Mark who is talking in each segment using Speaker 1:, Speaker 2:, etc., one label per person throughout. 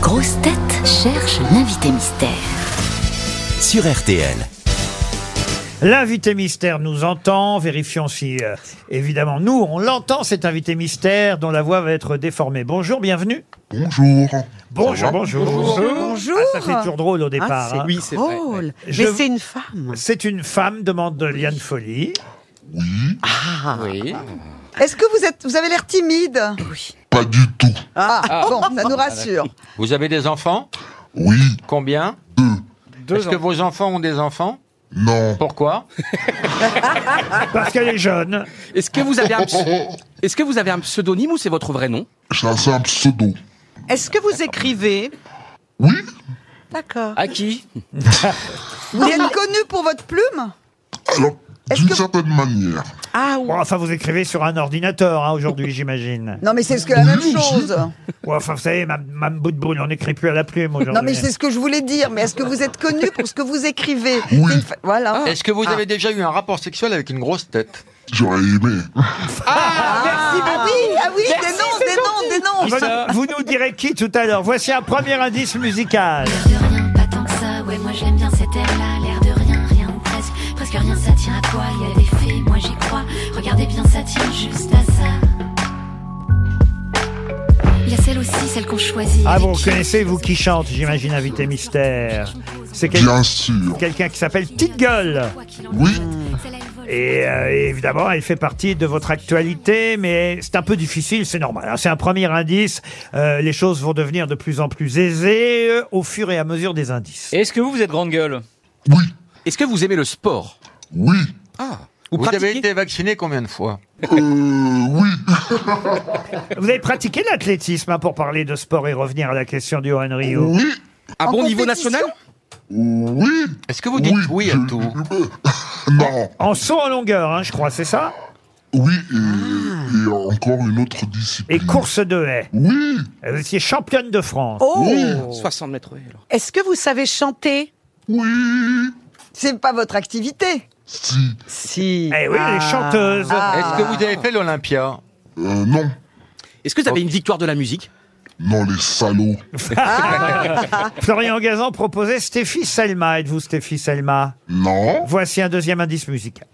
Speaker 1: grosses têtes cherchent l'invité mystère.
Speaker 2: sur RTL.
Speaker 3: L'invité mystère nous entend. Vérifions si, euh, évidemment, nous, on l'entend, cet invité mystère dont la voix va être déformée. Bonjour, bienvenue. Bonjour. Bonjour, bonjour.
Speaker 4: Bonjour.
Speaker 3: Ah, ça fait toujours drôle au
Speaker 4: Ah,
Speaker 3: départ.
Speaker 4: c'est
Speaker 3: hein.
Speaker 4: drôle. Mais
Speaker 3: Je-
Speaker 4: c'est une femme.
Speaker 3: C'est une femme, demande de Liane Folie.
Speaker 5: Est-ce que vous êtes, vous avez l'air timide
Speaker 6: Pas du tout.
Speaker 5: Ah, bon, ça nous rassure.
Speaker 7: Vous avez des enfants
Speaker 6: Oui,
Speaker 7: Combien Deux. Est-ce que vos enfants ont des enfants
Speaker 6: non.
Speaker 7: Pourquoi
Speaker 3: Parce qu'elle est jeune.
Speaker 8: Est-ce que vous avez un ps- est-ce que vous avez un pseudonyme ou c'est votre vrai nom
Speaker 6: J'ai un pseudo.
Speaker 4: Est-ce que vous écrivez
Speaker 6: Oui,
Speaker 4: D'accord.
Speaker 8: À qui
Speaker 5: Vous êtes connu pour votre plume
Speaker 6: alors,
Speaker 5: Est-ce
Speaker 6: d'une
Speaker 5: que-
Speaker 6: certaine manière.
Speaker 4: Ah oui.
Speaker 3: Bon, enfin, vous écrivez sur un ordinateur hein, aujourd'hui, j'imagine.
Speaker 5: Non, mais c'est ce que la même chose.
Speaker 3: Ou enfin, vous savez, Mme Mme Boutboul, on n'écrit plus à la plume aujourd'hui.
Speaker 5: Non, mais c'est ce que je voulais dire. Mais est-ce que vous êtes connu pour ce que vous écrivez
Speaker 6: Oui.
Speaker 5: Une fa- Voilà.
Speaker 4: Ah.
Speaker 7: Est-ce que vous avez déjà eu un rapport sexuel avec une grosse tête
Speaker 6: J'aurais aimé.
Speaker 5: Ah oui, ah oui, dénonce, dénonce,
Speaker 3: Ah,
Speaker 5: dénonce.
Speaker 3: bah, vous nous direz qui tout à l'heure. Voici un premier indice musical.
Speaker 9: L'air de rien, pas tant que ça, ouais moi j'aime bien cette air-là, l'air de rien, rien ou presque, presque rien ça tient à quoi, y a des faits, moi j'y crois, regardez bien ça tient juste à ça. Y a celle aussi, celle qu'on choisit.
Speaker 3: Ah,
Speaker 9: avec
Speaker 3: vous
Speaker 9: qui-
Speaker 3: connaissez, vous qui chante, j'imagine, invité mystère. C'est quel-
Speaker 6: Bien sûr.
Speaker 3: quelqu'un qui s'appelle Tite Gueule.
Speaker 9: Quoi qu'il en
Speaker 6: Oui.
Speaker 9: coûte, celle-là, elle vole.
Speaker 3: Et euh, évidemment, elle fait partie de votre actualité, mais c'est un peu difficile, c'est normal. hein. C'est un premier indice. Euh, les choses vont devenir de plus en plus aisées euh, au fur et à mesure des indices.
Speaker 10: Est-ce que vous, vous êtes grande gueule
Speaker 6: Oui,
Speaker 8: Est-ce que vous aimez le sport
Speaker 6: oui,
Speaker 8: Ou
Speaker 7: Vous avez
Speaker 8: pratiquez
Speaker 7: été vacciné combien de fois
Speaker 6: euh, oui.
Speaker 3: Vous avez pratiqué l'athlétisme hein, pour parler de sport et revenir à la question du Juan Rio.
Speaker 6: Oui,
Speaker 8: à
Speaker 5: En
Speaker 8: bon niveau national
Speaker 6: oui.
Speaker 7: Est-ce que vous dites oui, à
Speaker 6: je-
Speaker 7: tout
Speaker 6: Non,
Speaker 3: En saut en longueur, hein, je crois, c'est ça
Speaker 6: oui, et, et encore une autre
Speaker 3: Et
Speaker 6: discipline.
Speaker 3: course de haie.
Speaker 6: Oui,
Speaker 3: Vous étiez championne de France.
Speaker 5: Oh
Speaker 8: 60 mètres, oui. alors.
Speaker 4: Est-ce que vous savez chanter
Speaker 6: oui,
Speaker 5: C'est pas votre activité.
Speaker 6: si.
Speaker 4: Si.
Speaker 3: Eh oui, elle est chanteuse.
Speaker 7: Est-ce que vous avez fait l'Olympia
Speaker 6: Euh, non,
Speaker 8: Est-ce que vous avez une victoire de la musique
Speaker 6: non, les salauds.
Speaker 3: Florian Gazan proposait Stéphie Selma. Êtes-vous Stéphie Selma
Speaker 6: Non,
Speaker 3: Voici un deuxième indice musical.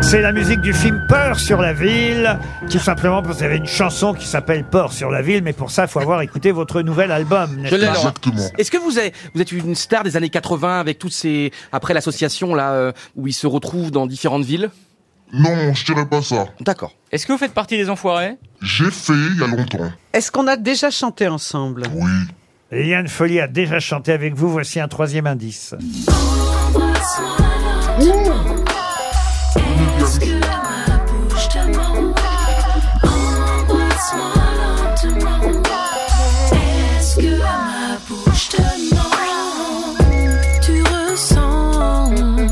Speaker 3: C'est la musique du film Peur sur la ville, tout simplement parce qu'il y avait une chanson qui s'appelle Peur sur la ville, mais pour ça, il faut avoir écouté votre nouvel album. n'est-ce
Speaker 8: Bah, Je l'ai,
Speaker 3: pas
Speaker 8: Laurent.
Speaker 6: exactement.
Speaker 8: Est-ce que vous, avez, vous êtes une star des années 80 avec toutes ces après l'association là euh, où ils se retrouvent dans différentes villes
Speaker 6: Non, je dirais pas ça.
Speaker 8: D'accord.
Speaker 10: Est-ce que vous faites partie des enfoirés
Speaker 6: J'ai fait il y a longtemps.
Speaker 4: Est-ce qu'on a déjà chanté ensemble
Speaker 6: Oui,
Speaker 3: Liane Folie a déjà chanté avec vous, voici un troisième indice.
Speaker 9: Est-ce que ma bouche te ment Embrasse-moi lentement. Est-ce que ma bouche te ment Tu ressembles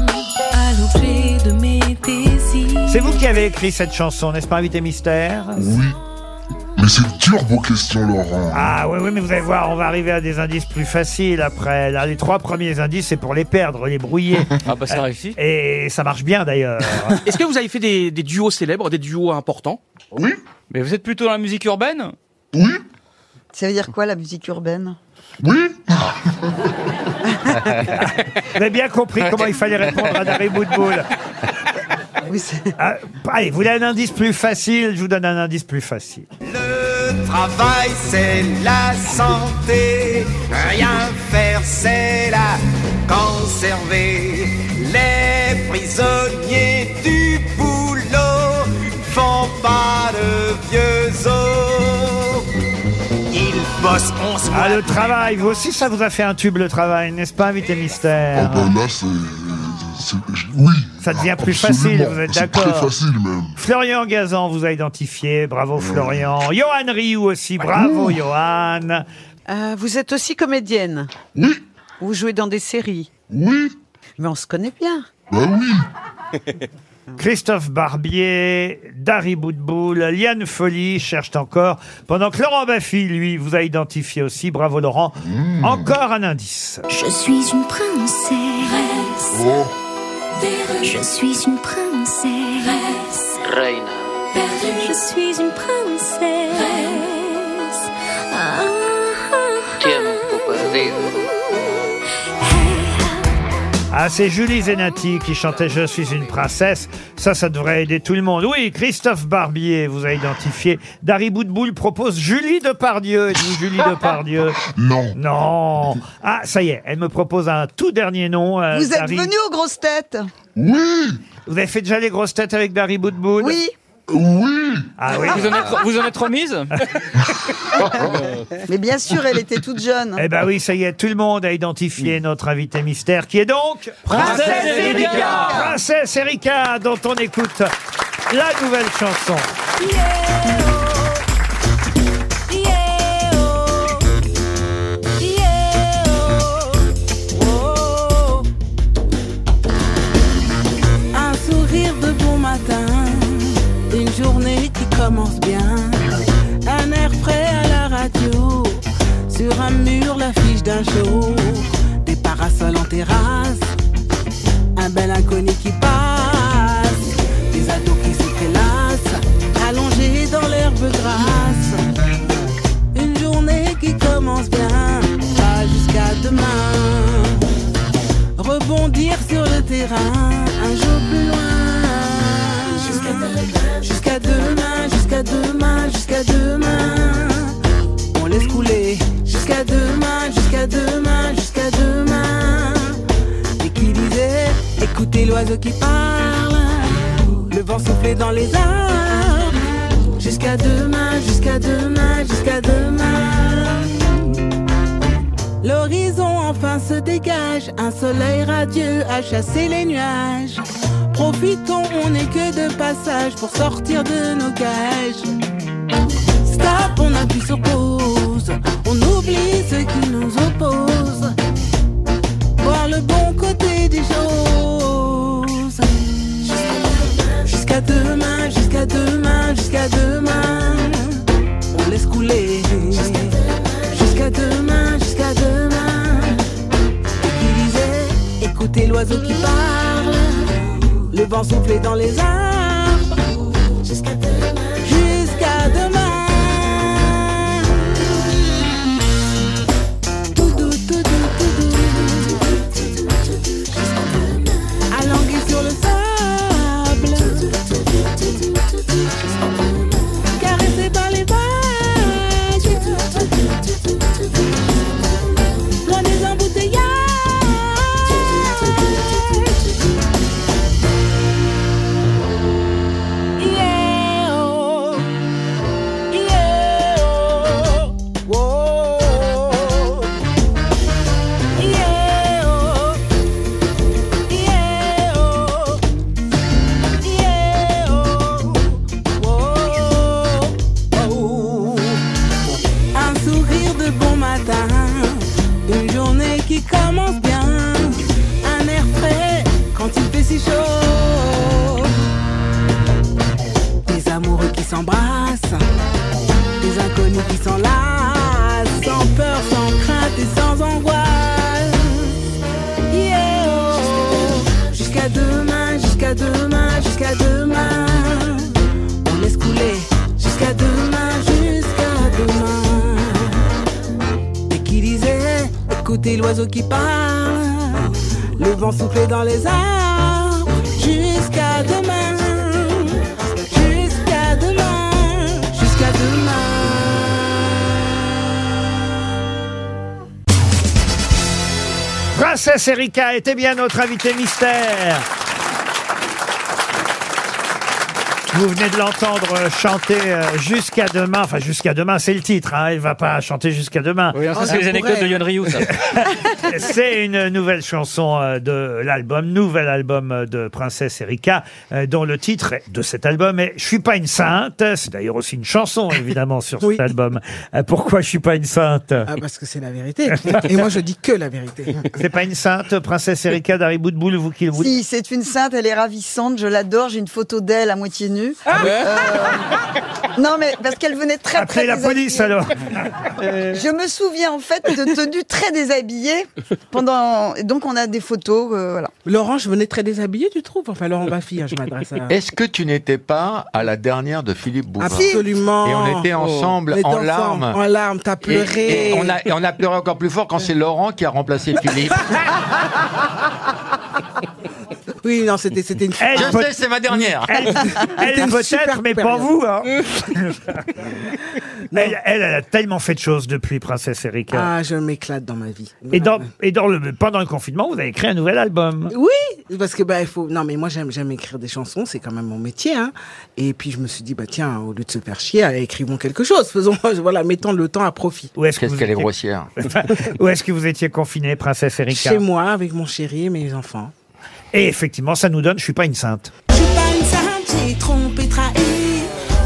Speaker 9: à l'objet de mes désirs.
Speaker 3: C'est vous qui avez écrit cette chanson, n'est-ce pas, Invité Mystère
Speaker 6: oui. Mais c'est dur vos questions, Laurent.
Speaker 3: Ah oui, oui, mais vous allez voir, on va arriver à des indices plus faciles après. Là, les trois premiers indices, c'est pour les perdre, les brouiller.
Speaker 10: Ah bah ça réussit.
Speaker 3: Et ça marche bien d'ailleurs.
Speaker 8: Euh, Est-ce que vous avez fait des, des duos célèbres, des duos importants
Speaker 6: Oui,
Speaker 10: Mais vous êtes plutôt dans la musique urbaine
Speaker 6: oui,
Speaker 5: Ça veut dire quoi la musique urbaine
Speaker 6: oui.
Speaker 3: Vous avez bien compris comment il fallait répondre à Darry Boudboul.
Speaker 5: Oui, c'est-
Speaker 3: Ah, allez, vous voulez un indice plus facile Je vous donne un indice plus facile.
Speaker 11: Le travail, c'est la santé. Rien faire, c'est la conserver. Les prisonniers du boulot font pas de vieux os. Ils bossent 11 mois.
Speaker 3: Ah, le travail, vous aussi, ça vous a fait un tube, le travail, n'est-ce pas, Invité
Speaker 6: Ah
Speaker 3: Mystère
Speaker 6: ben là, c'est... c'est- Oui,
Speaker 3: Ça devient plus
Speaker 6: Absolument.
Speaker 3: facile, vous êtes
Speaker 6: C'est
Speaker 3: d'accord
Speaker 6: Très facile même.
Speaker 3: Florian Gazan vous a identifié, bravo Florian. Johan Rioux aussi, bravo Johan.
Speaker 4: Euh, vous êtes aussi comédienne
Speaker 6: Oui.
Speaker 4: Vous jouez dans des séries
Speaker 6: Oui.
Speaker 4: Mais on se connaît bien.
Speaker 6: Bah
Speaker 3: Christophe Barbier, Dari Boudboul, Liane Folly cherchent encore, pendant que Laurent Baffy, lui, vous a identifié aussi, bravo Laurent. Encore un indice.
Speaker 1: Je suis une princesse. Je suis une princesse.
Speaker 12: Reine.
Speaker 1: Perdue. Je suis une princesse. Ah, ah,
Speaker 12: Tiempo perdido.
Speaker 3: Ah, c'est Julie Zenati qui chantait Je suis une princesse. Ça, ça devrait aider tout le monde. Oui, Christophe Barbier vous a identifié. Dari Boudboul propose Julie Depardieu. Êtes-vous Julie Depardieu
Speaker 6: Non.
Speaker 3: Non. Ah, ça y est, elle me propose un tout dernier nom. euh,
Speaker 5: Vous êtes
Speaker 3: Dari.
Speaker 5: venu aux grosses têtes
Speaker 6: Oui
Speaker 3: Vous avez fait déjà les grosses têtes avec Dari Boudboul
Speaker 5: Oui.
Speaker 6: Oui
Speaker 3: Ah oui.
Speaker 10: Vous en êtes, vous en êtes remise Ah,
Speaker 5: Mais bien sûr, elle était toute jeune.
Speaker 3: Eh ben oui, ça y est, tout le monde a identifié notre invité mystère, qui est donc
Speaker 5: Princesse Erika
Speaker 3: Princesse Erika, dont on écoute la nouvelle chanson.
Speaker 13: oh. oh. Un sourire de bon matin, une journée qui commence bien. Un air frais à la radio, sur un mur l'affiche d'un show. Des parasols en terrasse, un bel inconnu qui passe. Des ados qui se prélassent, allongés dans l'herbe grasse. Une journée qui commence bien, pas jusqu'à demain rebondir sur le terrain, un jour plus loin. Jusqu'à demain, jusqu'à demain, jusqu'à demain. On laisse couler. Jusqu'à demain, jusqu'à demain, jusqu'à demain. Et qui disait, écoutez l'oiseau qui parle. Le vent soufflait dans les arbres. Jusqu'à demain, jusqu'à demain, jusqu'à demain. L'horizon enfin se dégage, un soleil radieux a chassé les nuages. Profitons, on n'est que de passage pour sortir de nos cages. Stop, on appuie sur pause, on oublie ce qui nous oppose. Voir le bon côté des choses. Jusqu'à demain, jusqu'à demain, jusqu'à demain. On laisse couler. Jusqu'à demain, jusqu'à demain. Et Qui disait, écoutez l'oiseau qui parle. Le vent soufflait dans les arbres. Jusqu'à demain. Jusqu'à demain. Tout doux, tout doux, tout doux. Alangué sur le sable. Caressé par les vagues. Loin des embouteillages. Yeah, oh. Yeah, oh. Wow. Yeah, oh. Yeah, oh. Yeah, oh. Wow. Oh. Un sourire de bon matin, une journée qui commence bien, un air frais quand il fait si chaud. Des amoureux qui s'embrassent, des inconnus qui s'enlacent, sans peur, sans crainte et sans angoisse. Yeah, oh. Jusqu'à demain, jusqu'à demain, jusqu'à demain. On laisse couler jusqu'à demain, jusqu'à demain. Et qui disait, écoutez l'oiseau qui parle, le vent soufflait dans les arbres, jusqu'à demain, jusqu'à demain, jusqu'à demain.
Speaker 3: Princesse Erika était bien notre invité mystère. Vous venez de l'entendre euh, chanter euh, jusqu'à demain. Enfin, jusqu'à demain, c'est le titre. Hein. Il va pas chanter jusqu'à demain.
Speaker 10: ça, c'est les anecdotes de Yon Ryu, ça.
Speaker 3: C'est une nouvelle chanson euh, de l'album, nouvel album euh, de Princesse Erika, euh, dont le titre est- de cet album est Je suis pas une sainte. C'est d'ailleurs aussi une chanson, évidemment, sur cet album. Euh, Pourquoi je suis pas une sainte
Speaker 13: Ah, Parce que c'est la vérité. Et moi, je dis que la vérité.
Speaker 3: C'est pas une sainte, Princesse Erika d'Ariboudboul, vous qui le voulez.
Speaker 5: Si, c'est une sainte, elle est ravissante, je l'adore, j'ai une photo d'elle à moitié nue. Euh, non, mais parce qu'elle venait très très
Speaker 3: Ah Appelez la
Speaker 5: déshabillée.
Speaker 3: police alors
Speaker 5: Je me souviens en fait de tenues très déshabillées pendant. et Donc on a des photos, euh, voilà.
Speaker 13: Laurent, je venais très déshabillée, tu trouves Enfin, Laurent Baffy, hein, je m'adresse à.
Speaker 7: Est-ce que tu n'étais pas à la dernière de Philippe
Speaker 6: Ah,
Speaker 7: Bouvard
Speaker 13: Absolument.
Speaker 7: Et on était
Speaker 13: Oh.
Speaker 7: ensemble
Speaker 13: On était
Speaker 7: en
Speaker 13: ensemble,
Speaker 7: larmes.
Speaker 13: en larmes, t'as
Speaker 7: Et-
Speaker 13: pleuré.
Speaker 7: Et, on a, et on a pleuré encore plus fort quand c'est Laurent qui a remplacé Philippe.
Speaker 13: Oui, non, c'était c'était une.
Speaker 7: Elle Je peut- sais, c'est ma dernière.
Speaker 3: Elle- elle
Speaker 13: C'était une
Speaker 3: peut-être,
Speaker 13: super
Speaker 3: mais pas
Speaker 13: période.
Speaker 3: vous, hein. elle, elle, elle a tellement fait de choses depuis Princesse Erika.
Speaker 13: Ah, je m'éclate dans ma vie.
Speaker 3: Et, dans, et dans le, pendant le confinement, vous avez créé un nouvel album.
Speaker 13: Oui, parce que bah il faut. Non, mais moi j'aime j'aime écrire des chansons, c'est quand même mon métier. Hein. Et puis je me suis dit bah tiens, au lieu de se faire chier, allez, écrivons quelque chose. Faisons voilà, mettons le temps à profit.
Speaker 3: Où est-ce que
Speaker 7: Qu'est-ce
Speaker 3: vous
Speaker 7: qu'elle est
Speaker 3: étiez-
Speaker 7: grossière.
Speaker 3: Où est-ce que vous étiez confinée, Princesse Erika
Speaker 13: Chez moi, avec mon chéri et mes enfants.
Speaker 3: Et effectivement, ça nous donne Je suis pas une sainte.
Speaker 13: Je suis pas une sainte, j'ai trompé, trahi,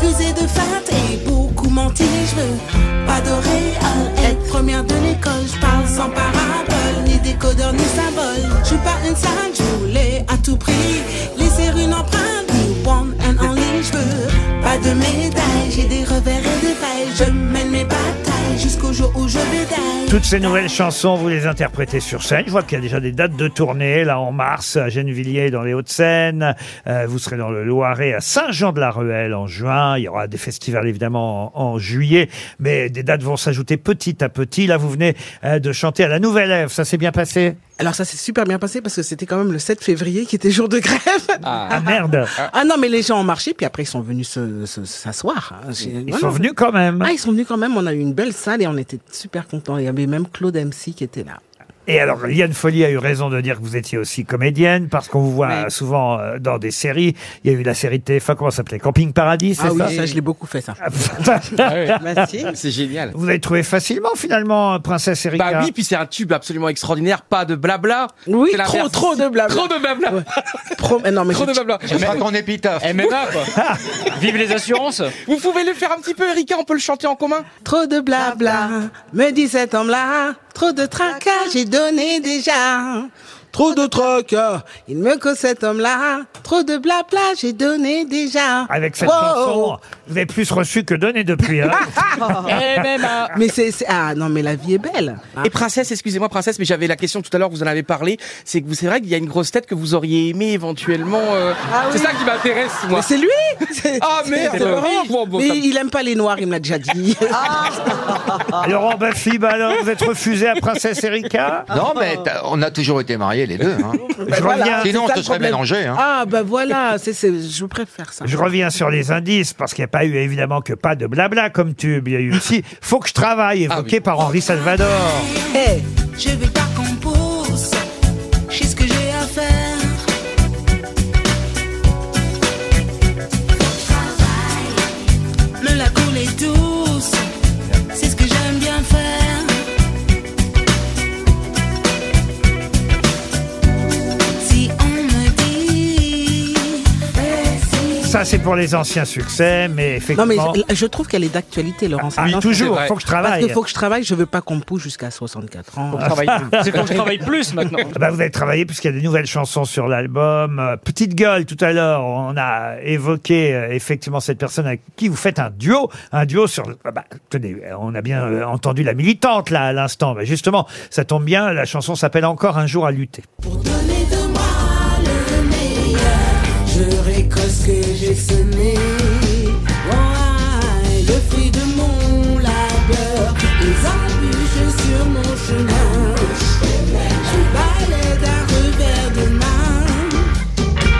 Speaker 13: usé de feinte et beaucoup menti. Je veux pas de réel, être première de l'école. Je parle sans parabole, ni décodeur, ni symbole. Je suis pas une sainte, je voulais à tout prix laisser une empreinte. du One and only, je veux pas de médaille, j'ai des revers et des failles. Je mène mes batailles jusqu'au jour où je bédaille.
Speaker 3: Toutes ces nouvelles chansons, vous les interprétez sur scène. Je vois qu'il y a déjà des dates de tournée, là en mars, à Gennevilliers dans les Hauts-de-Seine. Euh, vous serez dans le Loiret à Saint-Jean-de-la-Ruelle en juin. Il y aura des festivals évidemment en, en juillet, mais des dates vont s'ajouter petit à petit. Là, vous venez euh, de chanter à la Nouvelle Ève. Ça s'est bien passé
Speaker 13: Alors ça s'est super bien passé parce que c'était quand même le 7 février qui était jour de grève.
Speaker 3: Ah merde
Speaker 13: Ah non, mais les gens ont marché, puis après ils sont venus se- se- s'asseoir. hein. J'ai-
Speaker 3: Ils
Speaker 13: Ouais,
Speaker 3: sont
Speaker 13: non,
Speaker 3: venus quand même.
Speaker 13: Ah, ils sont venus quand même, on a eu une belle salle et on était super contents. Il y avait même Claude MC qui était là.
Speaker 3: Et alors, Liane Folly a eu raison de dire que vous étiez aussi comédienne, parce qu'on vous voit euh, souvent euh, dans des séries. Il y a eu la série de TF1, comment ça s'appelait Camping Paradis, c'est
Speaker 13: Ah oui,
Speaker 3: ça Ah,
Speaker 13: ça je l'ai beaucoup fait ça.
Speaker 8: Ah C'est génial.
Speaker 3: Vous avez trouvé facilement finalement euh, Princesse Erika.
Speaker 8: Bah oui, puis c'est un tube absolument extraordinaire, pas de blabla.
Speaker 13: Oui,
Speaker 8: C'est
Speaker 13: trop,
Speaker 8: l'inverse.
Speaker 13: trop de blabla.
Speaker 8: Trop de blabla.
Speaker 13: Pro- eh, non, mais
Speaker 8: Trop de
Speaker 13: je-
Speaker 8: blabla. Ah.
Speaker 7: Ce sera ton épitaphe.
Speaker 8: Eh,
Speaker 10: MMA, quoi. Vive les assurances.
Speaker 8: Vous pouvez le faire un petit peu, Erika, on peut le chanter en commun
Speaker 13: Trop de blabla, me dit cet homme-là. Trop de tracas, j'ai donné déjà. Trop de tracas, il me cause cet homme-là. Trop de blabla, j'ai donné déjà.
Speaker 3: Avec cette
Speaker 13: Wow.
Speaker 3: chanson, vous avez plus reçu que donné depuis. hein.
Speaker 10: MMA.
Speaker 13: Mais c'est, c'est- ah non, mais la vie est belle.
Speaker 3: Ah,
Speaker 8: Et princesse, excusez-moi princesse, mais j'avais la question tout à l'heure, vous en avez parlé, c'est que vous- c'est vrai qu'il y a une grosse tête que vous auriez aimé éventuellement. euh, c'est
Speaker 13: oui.
Speaker 8: ça qui m'intéresse moi.
Speaker 13: Mais c'est lui
Speaker 8: Ah, merde,
Speaker 13: C'est Laurent.
Speaker 8: oui, bon, bon,
Speaker 13: Mais
Speaker 8: ça me-
Speaker 13: il aime pas les noirs, il me l'a déjà dit.
Speaker 3: Laurent Baffy, bah alors vous êtes refusé à Princesse Erika
Speaker 13: Bah
Speaker 7: Non, mais t'as- on a toujours été mariés les deux. hein.
Speaker 3: Je reviens.
Speaker 7: Sinon, on
Speaker 13: c'est ça
Speaker 7: se serait
Speaker 13: le problème.
Speaker 7: mélangés. hein.
Speaker 13: Ah bah voilà, c'est, c'est- je préfère ça.
Speaker 3: Je reviens sur les indices, parce qu'il n'y a pas eu évidemment que pas de blabla comme tube. Il y a eu aussi Faut que je travaille,
Speaker 13: Ah
Speaker 3: évoqué par Henri Salvador.
Speaker 13: Eh,
Speaker 12: Je veux pas qu'on pousse, je sais ce que j'ai à faire. Le lac coule est douce, c'est ce que j'aime bien faire. Si on me dit,
Speaker 3: Ça, c'est pour les anciens succès, mais
Speaker 13: non mais
Speaker 3: effectivement.
Speaker 13: je, je trouve qu'elle est d'actualité, Laurent.
Speaker 3: Ah,
Speaker 13: Sardin.
Speaker 3: toujours,
Speaker 8: vrai.
Speaker 3: faut que je
Speaker 13: Parce
Speaker 3: travaille.
Speaker 13: qu'il faut que je travaille, je veux pas qu'on me pousse jusqu'à 64 ans.
Speaker 10: C'est quand je travaille plus maintenant.
Speaker 3: Ah bah, vous avez travaillé puisqu'il y a des nouvelles chansons sur l'album. Euh, Petite gueule, tout à l'heure, on a évoqué euh, effectivement cette personne avec qui vous faites un duo. Un duo sur... ah bah, tenez, on a bien euh, entendu la militante là à l'instant. Bah, justement, ça tombe bien, la chanson s'appelle Encore un jour à lutter.
Speaker 12: donner de moi le meilleur.
Speaker 13: Je récolte ce que j'ai semé. Ouais, le fruit de mon labeur, les embûches sur mon chemin. Je balade d'un revers de main.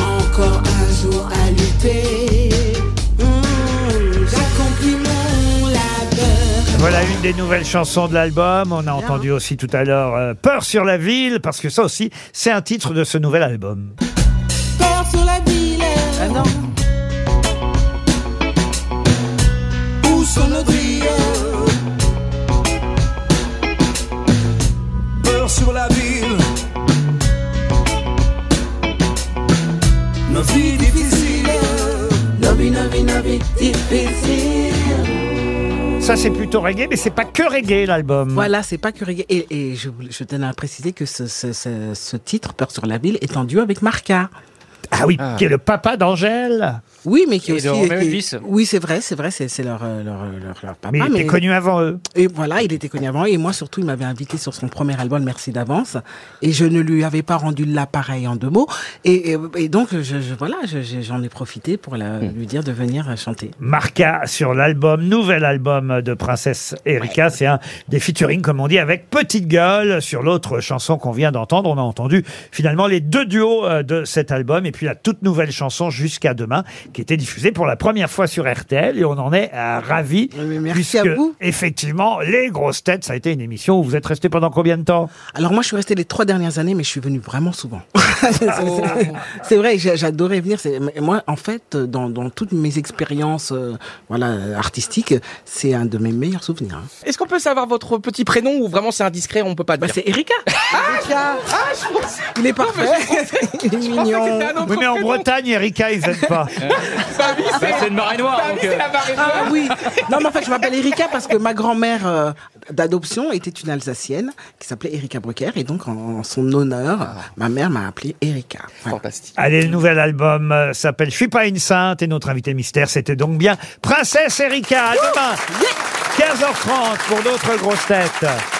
Speaker 13: Encore un jour à lutter. Mmh, J'accomplis mon labeur.
Speaker 3: Voilà une des nouvelles chansons de l'album. On a entendu aussi tout à l'heure euh, Peur sur la ville, parce que ça aussi, c'est un titre de ce nouvel album.
Speaker 13: Peur sur la ville.
Speaker 3: Ça, c'est plutôt reggae, mais c'est pas que reggae, l'album.
Speaker 13: Voilà, c'est pas que reggae. Et, et je, voulais- je tenais à préciser que ce, ce- ce- ce titre, Peur sur la ville, est en duo avec Marca.
Speaker 3: Ah oui, qui est le papa d'Angèle.
Speaker 13: Oui, mais qui est
Speaker 3: Et
Speaker 13: aussi.
Speaker 3: de Roméo
Speaker 13: qui-
Speaker 3: Elvis.
Speaker 13: Oui, c'est vrai, c'est vrai, c'est c'est leur, euh, leur, leur, leur papa.
Speaker 3: Mais il était connu avant eux.
Speaker 13: Et voilà, il était connu avant eux. Et moi, surtout, il m'avait invité sur son premier album, Merci d'avance. Et je ne lui avais pas rendu l'appareil en deux mots. Et, et- et donc, je, je- voilà, je- je- j'en ai profité pour la-
Speaker 3: Mm.
Speaker 13: lui dire de venir euh, chanter.
Speaker 3: Marca sur l'album, nouvel album de Princesse Erika. C'est un des featuring, comme on dit, avec Petite Gueule sur l'autre chanson qu'on vient d'entendre. On a entendu finalement les deux duos euh, de cet album et puis la toute nouvelle chanson Jusqu'à demain qui était diffusée pour la première fois sur RTL et on en est euh, ravis.
Speaker 13: merci à
Speaker 3: puisque,
Speaker 13: vous.
Speaker 3: Effectivement, les grosses têtes, ça a été une émission où vous êtes resté pendant combien de temps
Speaker 13: Alors moi, je suis resté les trois dernières années, mais je suis venu vraiment souvent. C'est- c'est- c'est vrai, j'ai- j'adorais venir. C'est- mais Moi, en fait, dans, dans toutes mes expériences, euh, voilà, euh, artistiques, c'est un de mes meilleurs souvenirs. hein. Bah,
Speaker 11: Est-ce qu'on peut savoir votre petit prénom ou vraiment c'est indiscret, on peut pas dire
Speaker 13: c'est Erika.
Speaker 11: Ah, je pensais-
Speaker 13: Il est parfait. Il est mignon.
Speaker 3: Oui, mais en Bretagne, Erika, ils aiment pas.
Speaker 8: Bah, c'est une marée noire. donc, euh,
Speaker 13: Ah oui. Non, mais en fait, je m'appelle Erika parce que ma grand-mère euh, d'adoption était une Alsacienne qui s'appelait Erika Brucker. Et donc, en, en son honneur, ma mère m'a appelée Erika. Fantastique.
Speaker 3: Allez, le nouvel album euh, s'appelle Je suis pas une sainte et notre invité mystère, c'était donc bien Princesse Erika. À demain, 15h30 pour d'autres grosses têtes.